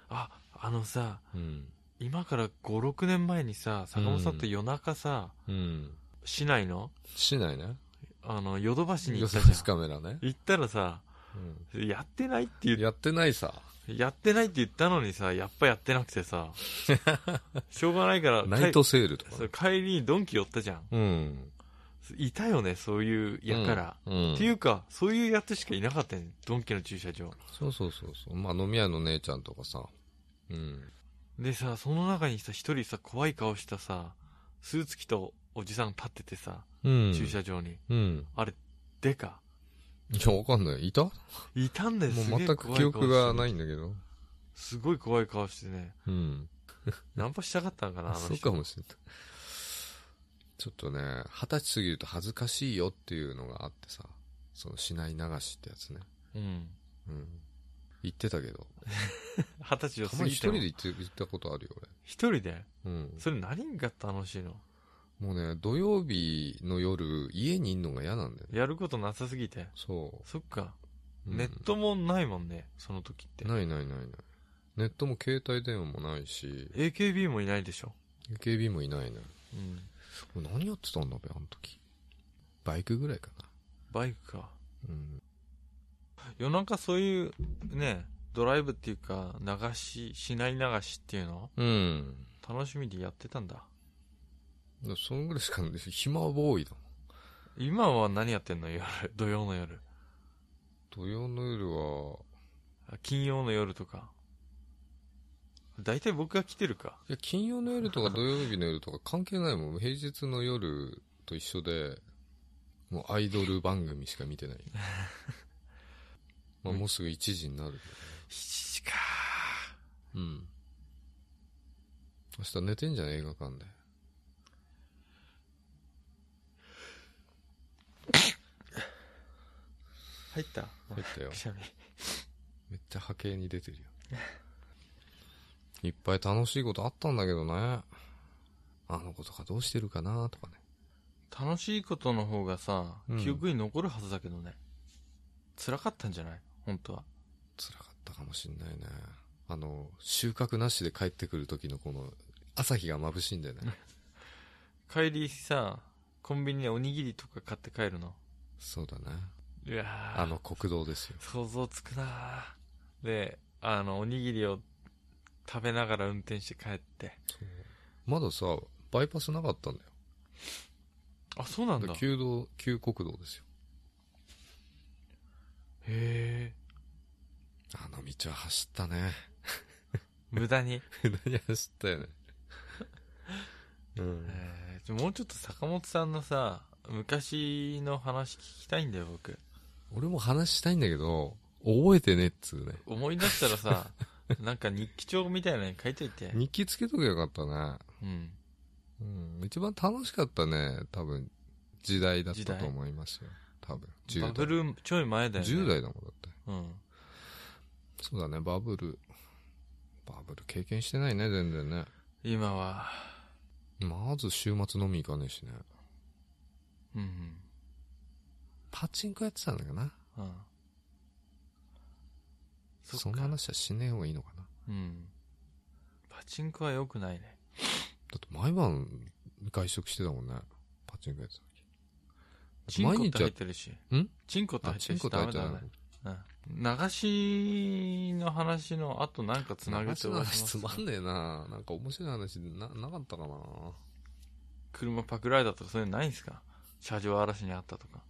S1: あ、あのさ、
S2: うん。
S1: 今から5、6年前にさ、坂本さんと夜中さ、
S2: うん。
S1: 市内の、
S2: 市内ね。
S1: あの、ヨドバシに行
S2: よ
S1: った
S2: そ
S1: じゃん。
S2: カメラね。
S1: 行ったらさ、
S2: うん
S1: やってないって言っ
S2: やってないさ。
S1: やってないって言ったのにさ、やっぱやってなくて さ、しょうがないから、
S2: ナイトセールとか
S1: そう
S2: ね。
S1: 帰りにドンキ寄ったじゃん。
S2: うん。
S1: いたよね、そういうやから。
S2: うん。
S1: っていうか、そういうやつしかいなかったね、ドンキの駐車場。
S2: そうそうそうそう。まあ飲み屋の姉ちゃんとかさ。うん。
S1: でさ、その中にさ、一人さ、怖い顔したさ、スーツ着たおじさん立っててさ、
S2: うん。
S1: 駐車場に。
S2: うん。
S1: あれ、でか。
S2: いや、わかんない。いたも
S1: いたんだ
S2: う
S1: よ、すげえ
S2: 全く
S1: 怖い
S2: 記
S1: 顔
S2: 憶が
S1: して
S2: な
S1: ね
S2: いんだけど。
S1: すごい怖い顔してね、
S2: うん。
S1: ナンパしたかったのかな、あの人
S2: そうかもしれない。ちょっとね、二十歳過ぎると恥ずかしいよっていうのがあってさ。その、市内流しってやつね。
S1: うん。
S2: うん。行ってたけど。
S1: 二十歳を
S2: た
S1: 過
S2: まに
S1: ぎ
S2: 一
S1: て
S2: 人
S1: も。
S2: で行って、行ったことあるよ、
S1: 一人で
S2: 俺。うん。
S1: それ何が楽しいの
S2: もうね、土曜日の夜、家にいんのが嫌なんだよね。
S1: やることなさすぎて。
S2: そ
S1: そっか。
S2: う。うん
S1: ネットもないもんね、その時って。
S2: ないないないない。ネットも携帯電話もないし、
S1: AKB もいないでしょ。
S2: AKB もいないね。
S1: うん。
S2: 俺何やってたんだべ、あの時。バイクぐらいかな。
S1: バイクか。
S2: うん。
S1: 夜中そういう、ね、ドライブっていうか、流し、市内流しっていうの
S2: うん。
S1: 楽しみでやってたんだ。
S2: だからそんぐらいしかないです。暇ボーイだもん。
S1: 今は何やってんの夜、土曜の夜。
S2: 土曜の夜は、
S1: 金曜の夜とか。大体僕が来てるか。
S2: いや、金曜の夜とか土曜日の夜とか関係ないもん。平日の夜と一緒で、もうアイドル番組しか見てない。まあ、もうすぐ1時になるけ
S1: 7時か。
S2: ど。うん。明日寝てんじゃん、映画館で。
S1: 入った
S2: 入ったよ
S1: く。しゃみ。
S2: めっちゃ波形に出てるよ。いっぱい楽しいことあったんだけどね。あの子とかどうしてるかなとかね。
S1: 楽しいことの方がさ
S2: う、ん
S1: 記憶に残るはずだけどね。辛かったんじゃない本当は。
S2: 辛かったかもしんないね。あの、収穫なしで帰ってくる時のこの朝日が眩しいんだよね。
S1: 帰りさ、コンビニでおにぎりとか買って帰るの。
S2: そうだね。
S1: いやー
S2: あの国道ですよ。
S1: 想像つくなーで、あの、おにぎりを食べながら運転して帰って。
S2: まださ、バイパスなかったんだよ。
S1: あ、そうなんだ。へ
S2: 旧道、旧国道ですよ。
S1: え。
S2: あの道は走ったね。
S1: 無駄に。
S2: 何走ったよね。うん。
S1: えー、ちょもうちょっと坂本さんのさ、昔の話聞きたいんだよ、僕。
S2: 俺も話したいんだけど、覚えてねっつうね。
S1: 思い出したら さ、なんか日記帳みたいなのに書いといて。
S2: 日記つけとけばよかったね。
S1: うん。
S2: うん。一番楽しかったね、多分、時代だった
S1: 時代
S2: と思いますよ。多分。
S1: バ
S2: 10
S1: ブ
S2: 代。
S1: ルちょい前だよね。
S2: 10代だもん、だって。
S1: うん。
S2: そうだね、バブル。バブル経験してないね、全然ね。
S1: 今は、
S2: まず週末飲み行かねえしね。
S1: うん、
S2: パチンコやってたんだかな。
S1: うん。うん。
S2: そ
S1: そっか
S2: んな話はしねえ方がいいのかな。
S1: うん。パチンコは良くないね。
S2: だって毎晩外食してたもんね。パチンコやってた時。
S1: チ
S2: だ
S1: ン
S2: って
S1: コっ
S2: 毎
S1: て
S2: 日
S1: 入
S2: は
S1: っ、てるし。
S2: ん
S1: チンコって
S2: あ
S1: 入っ
S2: チ
S1: て
S2: ン
S1: る
S2: コ
S1: し、
S2: と
S1: ダ
S2: 入っ
S1: メ
S2: て
S1: だ
S2: ない
S1: ね。うん。流しの話の後なんかつなげて
S2: 話
S1: 終
S2: の
S1: わりま
S2: 話
S1: す
S2: つまんねえななんか面白い話な、なかったかな
S1: 車パクられたとかそういうのないんすか車上荒らしにあったとか。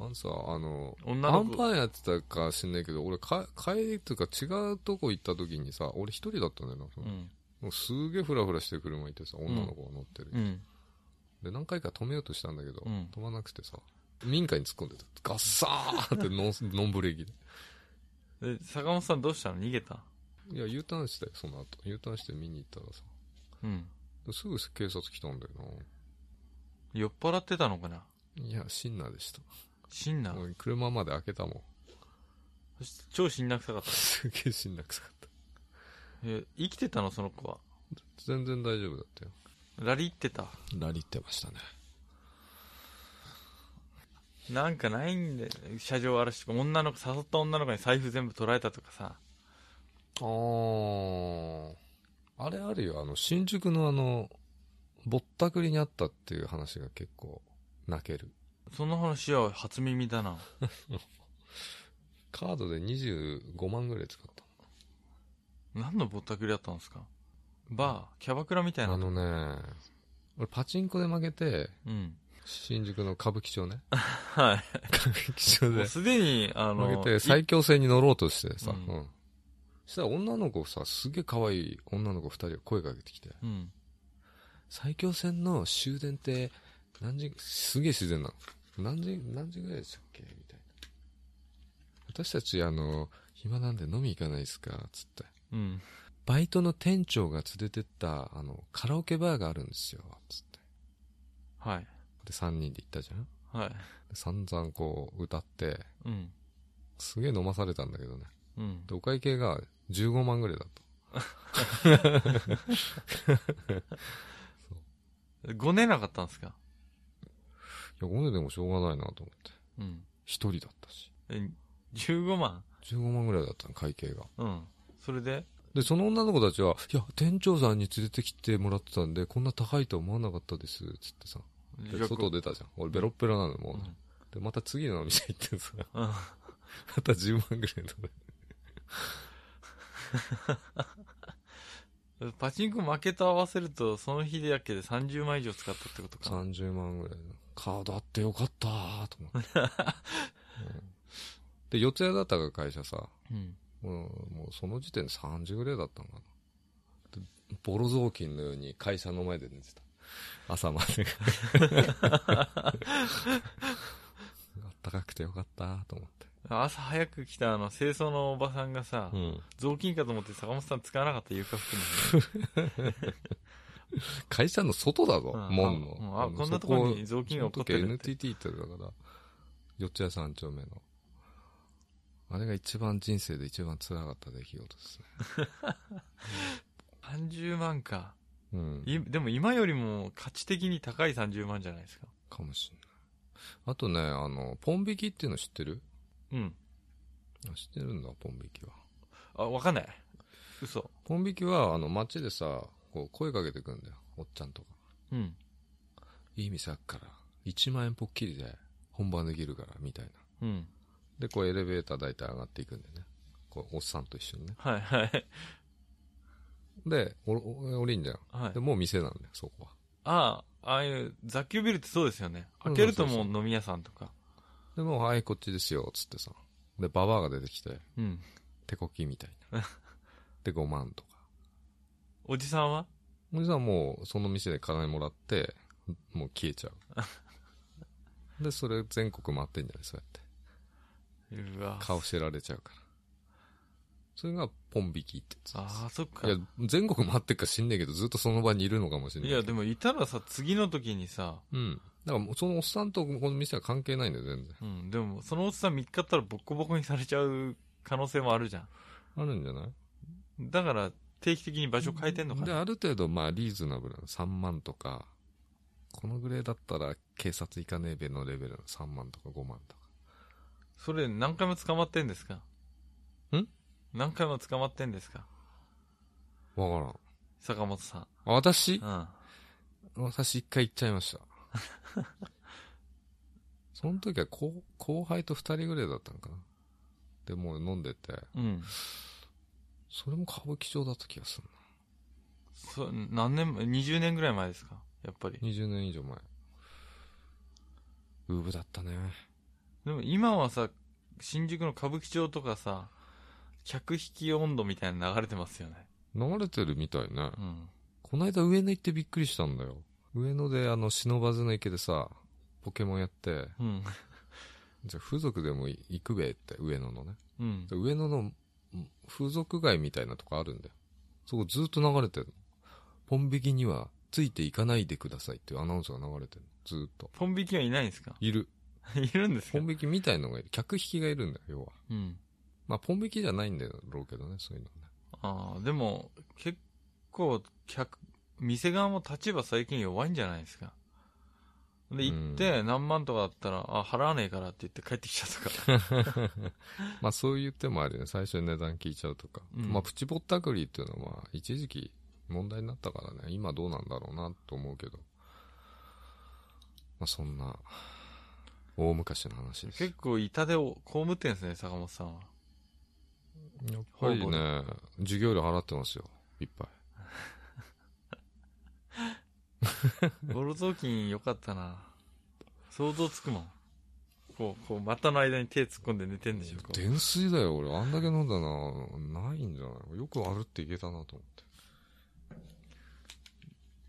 S2: あのさ、あの、
S1: 女
S2: ア
S1: の
S2: ン
S1: 子。
S2: パンやってたか知んないけど、俺か、帰りっていうか違うとこ行った時にさ、俺一人だったんだよな。その
S1: うん。
S2: もうすげえフラフラしてる車いてさ、女の子が乗ってる。
S1: うん。
S2: で、何回か止めようとしたんだけど、
S1: うん
S2: 止まなくてさ、民家に突っ込んでた。ガッサーってノ ンノンブレーキで。
S1: で、坂本さんどうしたの逃げた
S2: いや、U ターンしたよ、その後。U ターンして見に行ったらさ、
S1: うん。
S2: すぐ警察来たんだよ
S1: 酔っ払ってたのかな
S2: な。いや、シンナーでした。
S1: 死んだ。
S2: もう車まで開けたもん。
S1: そして超死んなくさかった。
S2: すげえ死んだくさかった。
S1: え、生きてたのその子は。
S2: 全然大丈夫だったよ。
S1: ラリってた。
S2: ラリってましたね。
S1: なんかないんで、車上荒らしとか、女の子、誘った女の子に財布全部取られたとかさ。
S2: あー。あれあるよ、あの、新宿のあの、ぼったくりにあったっていう話が結構泣ける。
S1: その話は初耳だな。
S2: カードで25万ぐらい使った。
S1: 何のぼったくりだったんですかバー、キャバクラみたい
S2: あ
S1: なの。
S2: のね、俺パチンコで負けて、
S1: うん。
S2: 新宿の歌舞伎町ね。
S1: は
S2: 歌舞伎町
S1: い。もう
S2: です
S1: でに、あ
S2: 負
S1: の、
S2: けて
S1: い
S2: 最強戦に乗ろうとしてさ、
S1: う
S2: うんん。そしたら女の子さ、すげえ可愛い女の子二人が声かけてきて、
S1: うん。
S2: 最強戦の終電って何時、すげえ自然なの。何時、何時ぐらいでしたっけみたいな。私たち、あの、暇なんで飲み行かないですかつって。
S1: うん。
S2: バイトの店長が連れてった、あの、カラオケバーがあるんですよ。つって。
S1: はい。
S2: で、三人で行ったじゃん
S1: はい。
S2: で散々こう、歌って、
S1: うん。
S2: すげえ飲まされたんだけどね。
S1: うん。
S2: で、お会計が15万ぐらいだと。
S1: ごねなかったんですか
S2: いや、5でもしょうがないなと思って。
S1: うん。
S2: 一人だったし。
S1: え、15万
S2: 15万ぐらいだったの、会計が。
S1: うん。それで
S2: で、その女の子たちは、いや、店長さんに連れてきてもらってたんで、こんな高いとは思わなかったです、つってさ。で、外出たじゃん。俺、ベロッベロなの、もうね、で、また次のお店行ってさ、
S1: うん。うん
S2: また10万ぐらいのね。
S1: パチンコ負けと合わせると、その日だけで30万以上使ったってことか。
S2: 30万ぐらいの。カードあってよかったーと思 って。うんで、四谷だったが会社さ、
S1: うん。
S2: もう、もうその時点で3時ぐらいだったのかな。でボロ雑巾のように会社の前で寝てた。朝まで。あったかくてよかったと思って。
S1: 朝早く来たあの、清掃のおばさんがさ、
S2: ん。
S1: 雑巾かと思って坂本さん使わなかった床服の。
S2: 会社の外だぞ、
S1: うん
S2: 門
S1: あうん
S2: の。
S1: あ
S2: の
S1: こんなとこに雑巾が落っこってる
S2: その
S1: っ
S2: 時
S1: て
S2: NTT 行ってたから、四谷三丁目の。あれが一番人生で一番辛かった出来事ですね。
S1: 30万か。
S2: うん。
S1: いでも今よりも価値的に高い30万じゃないですか。
S2: かもしんない。あとね、あの、ポン引きっていうの知ってる
S1: うん。
S2: あ知ってるんだ、ポン引きは。
S1: あ、わかんない。嘘。
S2: コンビキは、あの、街でさ、こう、声かけてくんだよ。おっちゃんとか。
S1: うん。
S2: いい店あっから。1万円ぽっきりで、本番できるから、みたいな。
S1: うん。
S2: で、こう、エレベーター大体上がっていくんだよね。こう、おっさんと一緒にね。
S1: はいはい。
S2: で、お、お、降りんだよ。
S1: はい
S2: で、。もう店なんだよ、そこは。
S1: ああ、ああいう雑居ビルってそうですよね。開けるとも
S2: そう
S1: う飲み屋さんとか。
S2: で、もう、はい、こっちですよ、つってさ。で、ババアが出てきて、
S1: うん。
S2: 手こきみたい な。で、5万とか。
S1: おじさんは
S2: おじさんはもう、その店で金もらって、もう消えちゃ う。で、それ全国回ってんじゃないそうやって。
S1: うわ。
S2: 顔知られちゃうから。それが、ポン引きってや
S1: ああ、そっか。
S2: つ。いや、全国回ってっか知んねえけど、ずっとその場にいるのかもしれないい。
S1: や、でもいたらさ、次の時にさ、
S2: うん。だからもう、そのおっさんとこの店は関係ないんだよ、全然。
S1: うん、でも、そのおっさん見っかったらボッコボコにされちゃう可能性もあるじゃん。
S2: あるんじゃない
S1: だから、定期的に場所変えてんのか
S2: で、
S1: な
S2: ある程度、まあ、リーズナブルな3万とか、このぐらいだったら、警察行かねえべのレベルの3万とか5万とか。
S1: それ何回も捕まってんですか
S2: ん
S1: 何回も捕まってんですか
S2: わからん。
S1: 坂本さん。
S2: あ私
S1: うん。
S2: 私一回行っちゃいました。 その時は後後輩と二人ぐらいだったのかな。で、もう飲んでて、
S1: うん。
S2: それも歌舞伎町だった気がする
S1: そ何年前、20年ぐらい前ですかやっぱり。
S2: な。20年以上前。ウーブだったね。
S1: でも今はさ、新宿の歌舞伎町とかさ、客引き温度みたいなの流れてますよね。
S2: 流れてるみたいね
S1: う。ん。
S2: こないだ上野行ってびっくりしたんだよ。上野であの、忍ばずの池でさ、ポケモンやって、
S1: うん。
S2: じゃあ風俗でも行くべって、上野のね。
S1: うん
S2: で。上野のん風俗街みたいなとこあるんだよ。そこずっと流れてるの。ポン引きにはついていかないでくださいっていうアナウンスが流れてるの。ずっと。
S1: ポン引きはいないんですか
S2: いる。
S1: いるんです
S2: ポ
S1: か
S2: ン引きみたいのがいる。客引きがいるんだよ、要は。
S1: うん。
S2: まあ、ポン引きじゃないんだろうけどね、そういうのね。
S1: ああ、でも、結構、客、店側も立場最近弱いんじゃないですか。で、行って、何万とかだったら、あ、払わねえからって言って帰ってきちゃう とか。
S2: まあ、そういう手もあるよね。最初に値段聞いちゃうとか。
S1: うん
S2: まあ、プチぼったくりっていうのは、一時期問題になったからね、今どうなんだろうなと思うけど。まあ、そんな、大昔の話ですよ
S1: 結。構、板でお被ってんですね、坂本さんは。
S2: やっぱり
S1: ほぼ
S2: ね、授業料払ってますよ。いっぱい。
S1: ボロ雑巾よかったな。想像つくもん。こう、こう、股の間に手突っ込んで寝てんでしょ、こう。
S2: 電水だよ、俺。あんだけ飲んだな。ないんじゃないよく歩っていけたなと思って。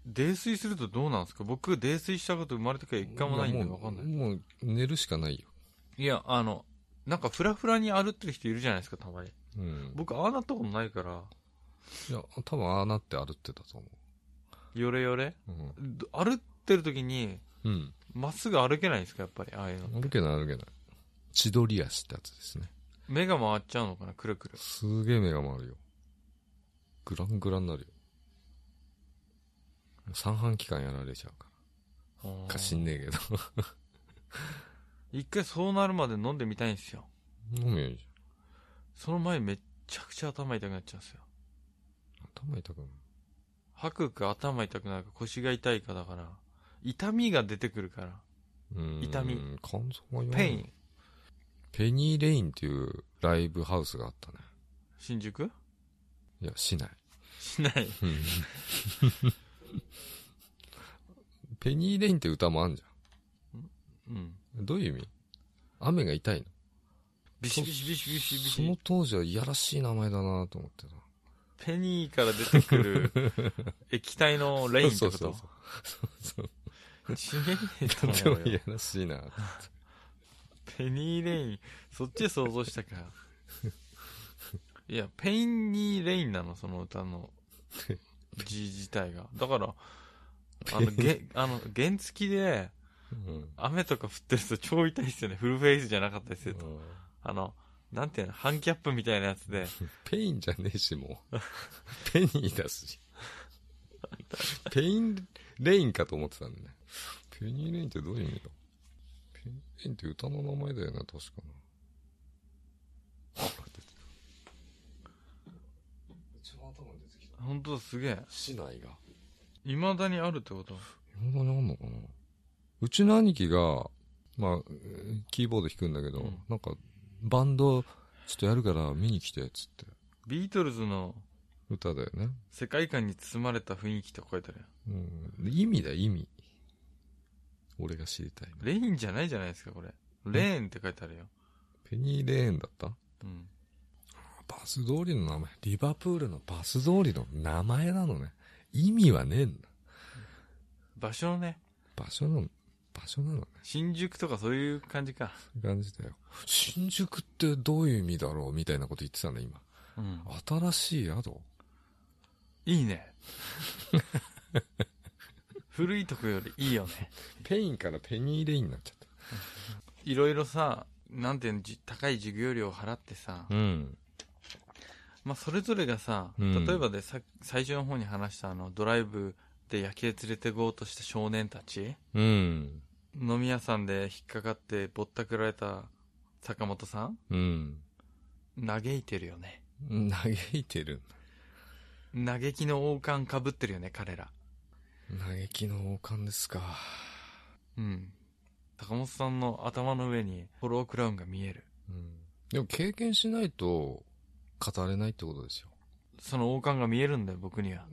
S1: 泥酔するとどうなんですか僕、泥酔したこと生まれてから一回もないんで
S2: や
S1: わかんない。
S2: もう、もう寝るしかないよ。
S1: いや、あの、なんかフラフラに歩ってる人いるじゃないですか、たまに。
S2: うん。
S1: 僕、ああなったことないから、
S2: いや、多分ああなって歩ってたと思
S1: よれよれ
S2: う。
S1: ど歩ってる時に、
S2: うん。
S1: まっすぐ歩けないんですか、やっぱり、ああいうの。
S2: うん。歩けない歩けない。千鳥足ってやつですね。
S1: 目が回っちゃうのかな、くるくる。
S2: すげえ目が回るよ。グラングランになるよ。三半期間やられちゃうか
S1: あー
S2: ら。かしんねえけ ど。
S1: 一回そうなるまで飲んでみたいんですよ。
S2: 飲めよいいじ
S1: その前めっちゃくちゃ頭痛くなっちゃうんですよ。
S2: ゃん。頭痛くなる。
S1: 吐くか頭痛くなるか腰が痛いかだから、痛みが出てくるから、
S2: うん
S1: 痛み。
S2: 肝臓が弱い。
S1: ペイン。、
S2: ペニーレインっていうライブハウスがあったね。
S1: 新宿
S2: いや、市内。
S1: しない。
S2: ペニーレインって歌もあんじ
S1: うん。
S2: ゃん。どういう意味雨が痛いの
S1: ビシビシビシビシビ
S2: その
S1: シ。
S2: 当時はいやらしい名前だなと思ってた。
S1: ペニーから出てくる 液体のレインってこと
S2: そうそうそう。そう
S1: ちげえと
S2: そう。
S1: 思
S2: とて
S1: う
S2: もい
S1: よ
S2: やらしいな。
S1: ペニーレイン、そっち想像したか。いや、ペイニーレインなの、その歌 の字自体が。だから、あの、げ、あの、原付きで、
S2: うん。
S1: 雨とか降ってると超痛いですよね。フルフェイスじゃなかったりすると。あの、なんていうの、ハンキャップみたいなやつで、
S2: ペインじゃねえし、もう。 ペニーだし。ペインレインかと思ってたんだね。ペニーレインってどういう意味だペニーレインって歌の名前だよな、確かな。
S1: 本当だ、すげえ。
S2: 市内が。
S1: 未だにあるってこと
S2: 未だにあんのかなうちの兄貴が、まあ、キーボード弾くんだけど、
S1: うん
S2: なんか、バンド、ちょっとやるから見に来て、つって。
S1: ビートルズの
S2: 歌だよね。
S1: 世界観に包まれた雰囲気とか書いてあるやん
S2: うん。意味だよ、意味。俺が知りたいの。
S1: レインじゃないじゃないですか、これ。レーンって書いてあるよ。
S2: ペニーレーンだった
S1: うん。
S2: バス通りの名前。リバプールのバス通りの名前なのね。意味はねえんだ。
S1: 場所ね。
S2: 場所の、場所なのね。
S1: 新宿とかそういう感じか。
S2: そういう感じだよ。新宿ってどういう意味だろうみたいなこと言ってたんだ、今。
S1: うん。
S2: 新しい宿
S1: いいね。 古いとこよりいいよね。
S2: ペインからペニーレインになっちゃっ
S1: いろいろさ、なんていうの、じ高い授業料を払ってさ、
S2: た。うん。
S1: まあそれぞれがさ、
S2: うん
S1: 例えばでさ、最初の方に話したあの、ドライブで夜景連れてこうとした少年たち、
S2: うん。
S1: 飲み屋さんで引っかかってぼったくられた坂本さん、
S2: うん。
S1: 嘆いてるよね。
S2: 嘆いてる。
S1: 嘆きの王冠被ってるよね、彼ら。
S2: 嘆きの王冠ですか。
S1: うん。坂本さんの頭の上にフォロークラウンが見える。
S2: うん。でも経験しないと語れないってことですよ。
S1: その王冠が見えるんだよ、僕 には。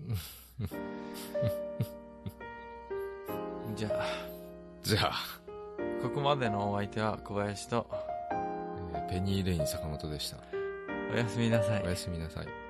S1: じゃあ、
S2: じゃあ、
S1: ここまでのお相手は小林と、
S2: えーペニーレイン坂本でした。
S1: おやすみなさい
S2: お。やすみなさい。